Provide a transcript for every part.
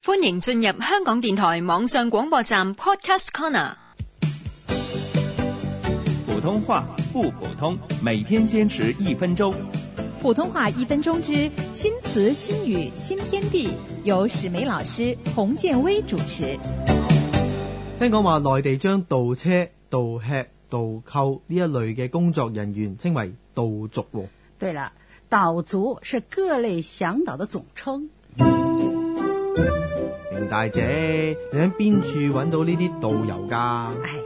歡迎進入香港電台網上廣播站 Podcast Corner。普通话不普通，每天坚持一分钟。普通话一分钟之新词新语新天地，由史梅老师、洪建威主持。聽講話內地將盜車、盜吃、盜購呢一類嘅工作人員稱為盜族喎。对了，岛族是各类向导的总称。明大姐，你喺邊處揾到呢啲導遊㗎？哎，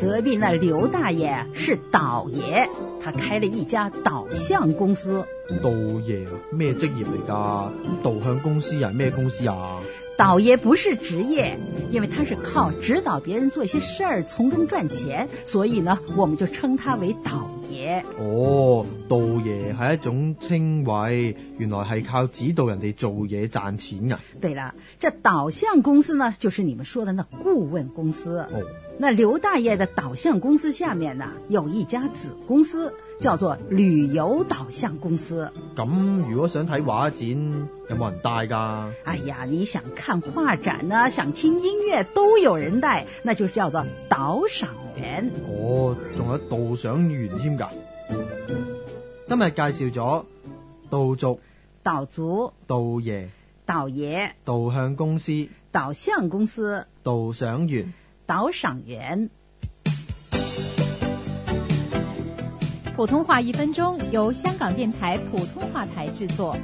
隔壁那刘大爷是岛爷，他开了一家导向公司。導爺啊咩職業嚟㗎？咁導向公司係咩公司啊？导爷不是职业，因为他是靠指导别人做一些事儿，从中赚钱，所以呢，我们就称他为导爷。哦，導爺係一種稱謂，原來係靠指導人哋做嘢賺錢㗎。对了，这导向公司呢，就是你们说的那顾问公司。哦，那刘大爷的导向公司下面呢，有一家子公司，叫做旅游导向公司。咁如果想睇畫展，有冇人帶㗎？哎呀，你想看画展呢、想听音乐都有人带，那就是叫做导赏员。哦，仲有導賞員添㗎。今日介紹咗道族、导族、道爺、导爷、道向公司、导向公司、道賞員。导赏员。普通话一分钟由香港电台普通话台制作。